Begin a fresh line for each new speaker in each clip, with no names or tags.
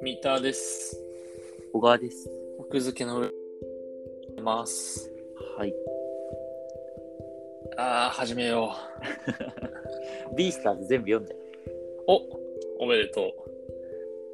三田です。
小川です。
奥付けの上います。
はい。
ああ、始めよ
ビースターズ全部読んだよ。
う。おおめでとう。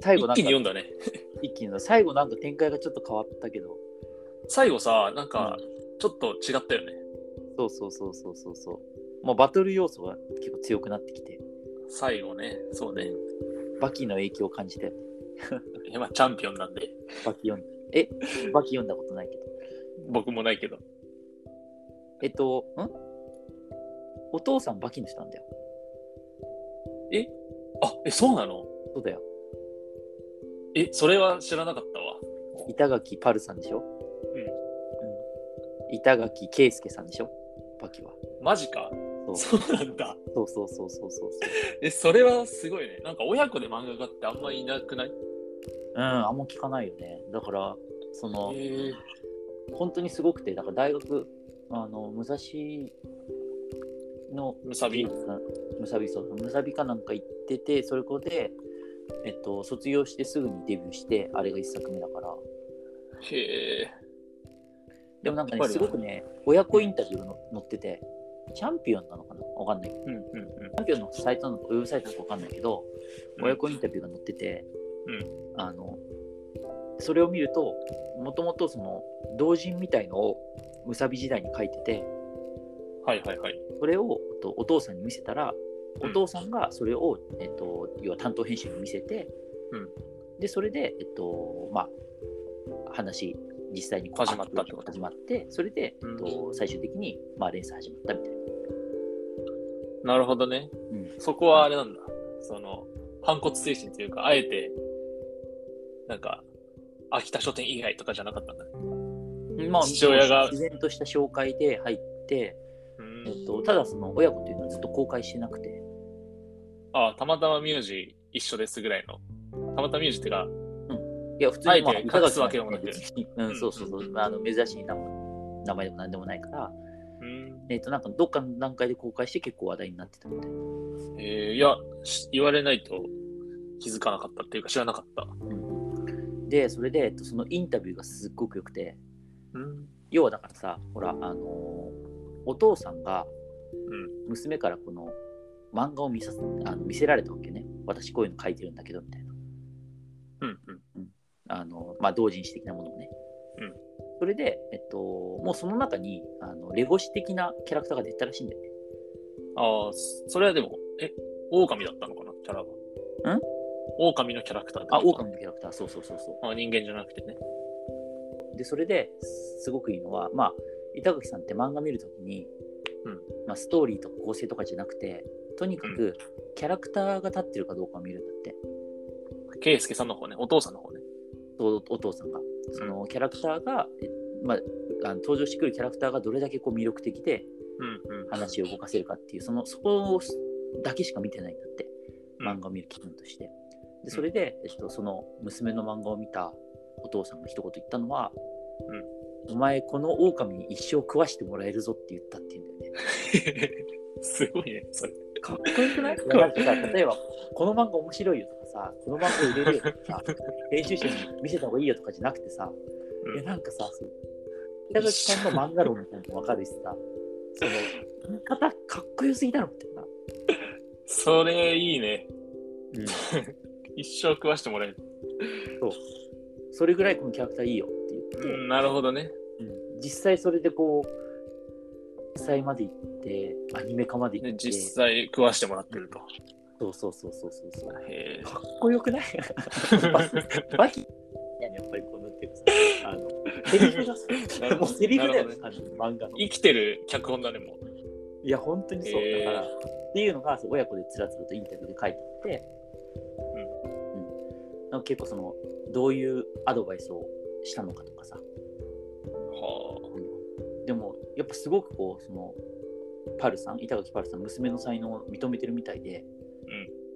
最後
一
なん
気
か
に読んだね。
一気にの最後なんか展開がちょっと変わったけど。
最後さ、なんか、ちょっと違ったよね。
そうそうそうそうそうそう。もうバトル要素が結構強くなってきて、
最後ね、そうね。
バキの影響を感じて、
今、チャンピオンなんで、
バキ読んだ。え、バキ読んだことないけど。
僕もないけど。
えっと、んお父さんバキにしたんだよ。
あ、え、そうなの
そうだよ。
え、それは知らなかったわ。
板垣パルさんでしょ
ん
うん。板垣圭介さんでしょバキは。
マジか。
そう
そうなんだ。
そうそうそうそうそうそう。
え、それはすごいね。なんか、親子で漫画家ってあんまいなくない
うん、あんま聞かないよね。だから、その、
え
本当にすごくてだから大学あの武蔵の
むさび。
むさびそうむさびかなんか行っててそれこでえっと卒業してすぐにデビューしてあれが一作目だから
へえ。
でもなん
や
か
っ
ね
ぱり
すごくね親子インタビューの載っててチャンピオンなのかなわかんないけど
うんうんうん。
チャンピオンのサイトなのかウェブサイトなのかわかんないけど親子インタビューが載ってて、あのそれを見るともともとその同人みたいのをむさび時代に書いてて、
はいはいはい。
それをえっとお父さんに見せたら、
うん
お父さんがそれを、えっと、要は担当編集に見せて、
うん
でそれで、えっとまあ、話実際にこう
始まったってこと
始まってそれで、えっと最終的に、まあ、連載始まったみたいな。
なるほどね。
うん
そこはあれなんだ。その、反骨精神というか、あえて、なんか、秋田書店以外とかじゃなかったんだね。
まあ、
父親が
自然とした紹介で入って、
う
え
ん
っと、ただその親子というのはずっと公開してなくて、
ああ、たまたま名字一緒ですぐらいの。たまたま名字ってか、
いや普通
あ
に、
えて
まあ、
隠す
板垣さん
わけでもなく
別にうん、そうそうそう、まああの珍しい名前名前でも何でもないから、
うん
えっとなんかどっかの段階で公開して結構話題になってたみたいな。
えーいや、し言われないと気づかなかったっていうか知らなかった。
でそれで、えっと、そのインタビューがすっごく良くて
うん。
要はだからさほらあのーお父さんが
う
娘からこの漫画を見させあの見せられたわけね私こういうの書いてるんだけどみたいな
うんうん。
あの、まあ、同人誌的なものをね、
うん
それで、えっと、もうその中にあのレゴシ的なキャラクターが出てたらしいんだよね
ああ、そそれはでも、え、狼だったのかな、キャラは。
ん
狼のキャラクターって
あ
こと
狼のキャラクターそうそうそうそ
あ人間じゃなくてね。
うでそれですごくいいのはまあ板垣さんって漫画見るときに、
うん
まあ、ストーリーとか構成とかじゃなくてとにかくキャラクターが立ってるかどうかを見るんだって、
ケイスケさんの方ね、お父さんの方ね。
おお父さんがそのキャラクターが、えまあ、あの登場してくるキャラクターがどれだけこう魅力的で
うんうん。
話を動かせるかっていうそのそこをすだけしか見てないんだって
うん
漫画を見る基準としてでそれで、えっと、その娘の漫画を見たお父さんが一言言ったのは「お前この狼に一生食わしてもらえるぞ」って言ったっていうんだよね
すごいね、それ。
かっこよくないいやだってさ例えば「この漫画面白いよ」とかさ「この漫画売れるよ」と かさ「編集者に見せた方がいいよ」とかじゃなくてさ
うん
いやなんかさ、その北垣さんの漫画論みたいなのも分かるしさ、その、言い方かっこよすぎだろみたいな。
それいいね。
うん
一生食わしてもらえる。
それぐらいこのキャラクターいいよって言って、
うん、なるほどね。
うん実際それでこう、実際まで行って、アニメ化まで行
で
って、
実際食わしてもらってると。
そうそうそうそうそうそう。
へえ。
かっこよくない バキやっぱりこうなってるさ、あの、セリフが
なるほど
もうセリフだよ、
なる
あの漫画の。
生きてる脚本だね、もう。
いや、本当にそう。
へー
だから、っていうのが、そう親子でつらつらとインタビューで書いてあって、うんなんか結構その、どういうアドバイスをしたのかとかさ、
は
でも、やっぱすごくこう、その、パルさん、板垣パルさん、娘の才能を認めてるみたいで、
ん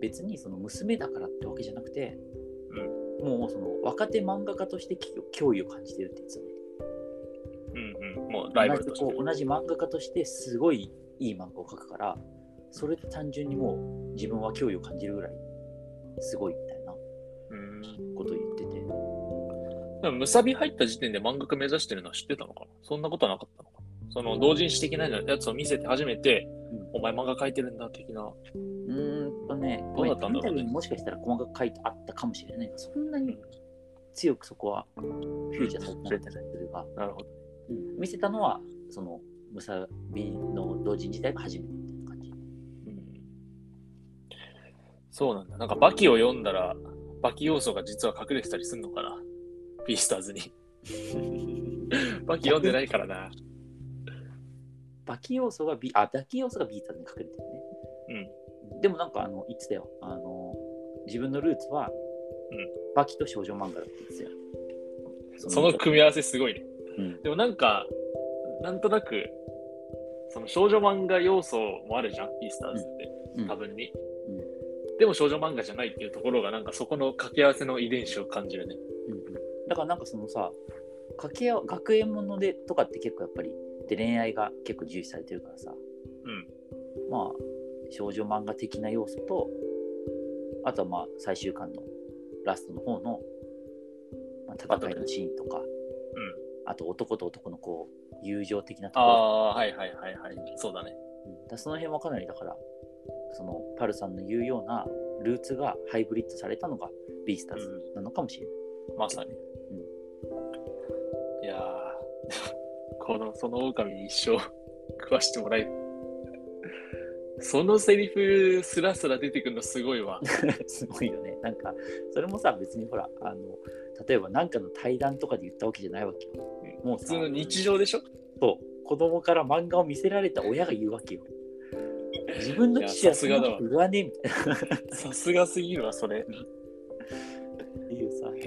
別にその娘だからってわけじゃなくて、もうその若手漫画家として脅威を感じてるって言ってたね。
あ。うんうん。もうライバルとして
同じこう同じ漫画家としてすごいいい漫画を描くからそれで単純にもう自分は脅威を感じるぐらいすごいみたいな
うん。
ことを言ってて
でも、むさび入った時点で漫画家目指してるのは知ってたのかなそんなことはなかったのかなその、同人誌的なやつを見せて初めて、お前漫画描いてるんだ、的な。
うーんとね
どうだったんだろうね
ごめインタビューにもしかしたら細かく書いてあったかもしれないがそんなに強くそこはフューチャーされてなかったりするが、
なるほど。
うん見せたのはそのムサビの同人時代が初めてみたいな感じ
うん。そうなんだ。なんか、バキを読んだら、バキ要素が実は隠れてたりするのかなビースターズ に。バキ読んでないからな。
バキ要素がビあバキ要素がビーターズに隠れてるね
うん。
でもなんかあの言ってたよあの自分のルーツは、
うん
バキと少女漫画だったんですよ
その組み合わせすごいね。
うん
でもなんか、なんとなく、その少女漫画要素もあるじゃん、イースターズって、
うん
多分に、
うん
でも少女漫画じゃないっていうところが、なんかそこの掛け合わせの遺伝子を感じるね。
うんうんだからなんかそのさ掛け合う学園ものでとかって結構やっぱりで恋愛が結構重視されてるからさ
うん。
まあ少女漫画的な要素とあとはまあ最終巻のラストの方の、まあ、戦いのシーンとか、あと男と男のこう友情的なと
あ
ころ
あ、はいはいはいはい。そうだね。
うんだからその辺はかなりだからそのパルさんの言うようなルーツがハイブリッドされたのがビースターズなのかもしれない。
まさに。いやー、 この、その狼に一生 食わしてもらえ。そのセリフすらすら出てくるのすごいわ。
すごいよね。なんか、それもさ、別にほら、あの、例えばなんかの対談とかで言ったわけじゃないわけよ。もう
普通
さ
の日常でしょ
そう、子供から漫画を見せられた親が言うわけよ。自分の父
いや
は
さす
そんな
が
こ
だわ
と言わねえみたい
さすがすぎるわ、それ。
なっていうさ。そう
へー
そう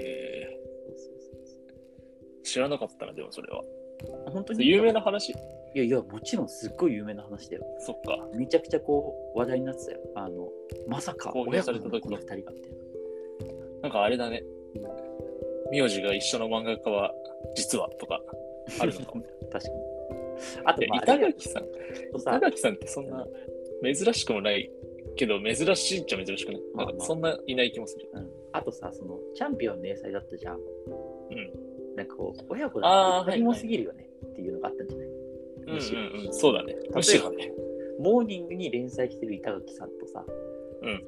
そう
知らなかったな、でもそれは。
そう本当に
有名な話
いやいや、もちろんすっごい有名な話だよ。
そっか。
めちゃくちゃこう、話題になってたよ。あの、まさか
公表
親子
され
な
た
の
時
この二人がみたいな。
なんかあれだね。名字が一緒の漫画家は、実はとか、あるのかも。
確かに。あと
え、
まあ、
板垣さん、
と
板垣さんってそんな、珍しくもないけど、珍しいっちゃ珍しくない。
まあまあ
なんかそんないない気もする。
うんあとさ、そのチャンピオンの連載だったじゃん。
ん
なんかこう、親子
あー
だと何もすぎるよねっていうのがあったんじゃない、
うん
むしろ
うんうん、そうだね。むしろね。
モーニングに連載してる板垣さんとさ、
うん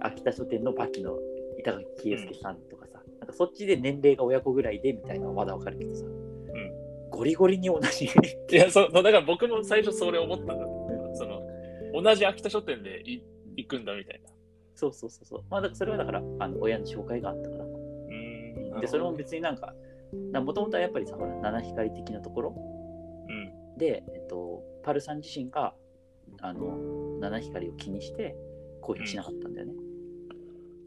秋田書店のバキの板垣清介さんとかさ、なんかそっちで年齢が親子ぐらいでみたいなのはまだわかるけどさ、ゴリゴリに同じ。
いや、そう、だから僕も最初それ思ったんだ。その、同じ秋田書店でい行くんだみたいな。
そうそうそうそう。まあ、だからそれはだから、あの親の紹介があったから。
うーん。
で、それも別になんか、もともとはやっぱりさ、ほら、七光的なところ
うん。
で、えっと、パルさん自身があの七光を気にして公表しなかったんだよね。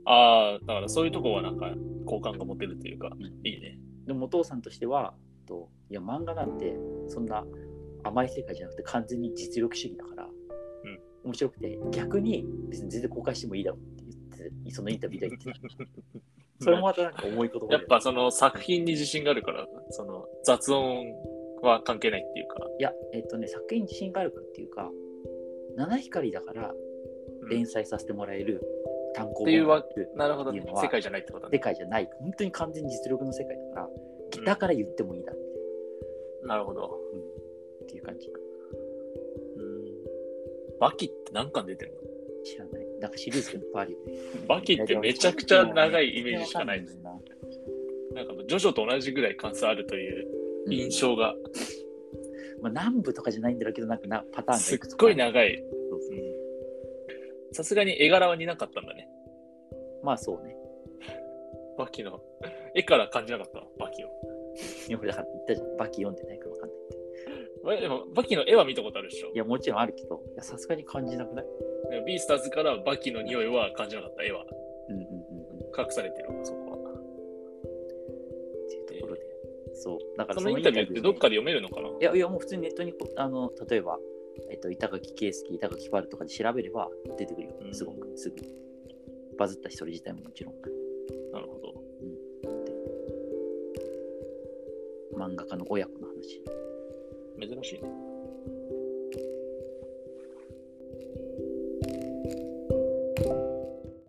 ああ、だからそういうとこはなんか、好感が持てるというか、いいね。
でもお父さんとしては、えっと、いや漫画なんてそんな甘い世界じゃなくて完全に実力主義だから、
ん
面白くて逆に別に全然公開してもいいだろうって言ってそのインタビューでは言って た。それもまたなんか重いこと
やっぱその作品に自信があるから、その雑音は関係ないっていうか。
いや、えっとね、作品に自信があるからっていうか七光だから
うん
連載させてもらえる単行本
っていうわ
け
なるほど、
いい
ね
の、は
世界じゃないってこと
世
ね。
界じゃない本当に完全に実力の世界だからだから言ってもいいだろう
なるほど。
っていう感じ
バキって何巻出てる
知らないなんかシリーズがいっぱいあるよね
のバキってめちゃくちゃ長いイメージしかないです。なんかもうジョジョと同じぐらい関数あるという
うん
印象が、
まあ、南部とかじゃないんだろうけどなんかなパターンが
すっ
くつか
ごい長い。
そうそう
うんさすがに絵柄は似なかったんだね。
まあそうね
バキの。絵から感じなかったわバキを。
いや俺だから言ったじゃんバキ読んでないからわかんないって
えでも、バキの絵は見たことあるでしょ
い。やもちろんあるけどいやさすがに感じなくない
でもビースターズからバキの匂いは感じなかった、絵は。
うんうんうんうんっ
隠されてるわ、そこは。
ていうところでそうだから
そのインタビューってどっか
で
で読めるのかない
やいやもう普通にネットにこあの例えばえっと、板垣圭介、板垣ファルとかで調べれば出てくるよ
う、ん
すごく、すぐ。バズった人自体ももちろん。
なるほど。
漫画家の親子の話。
珍しいね。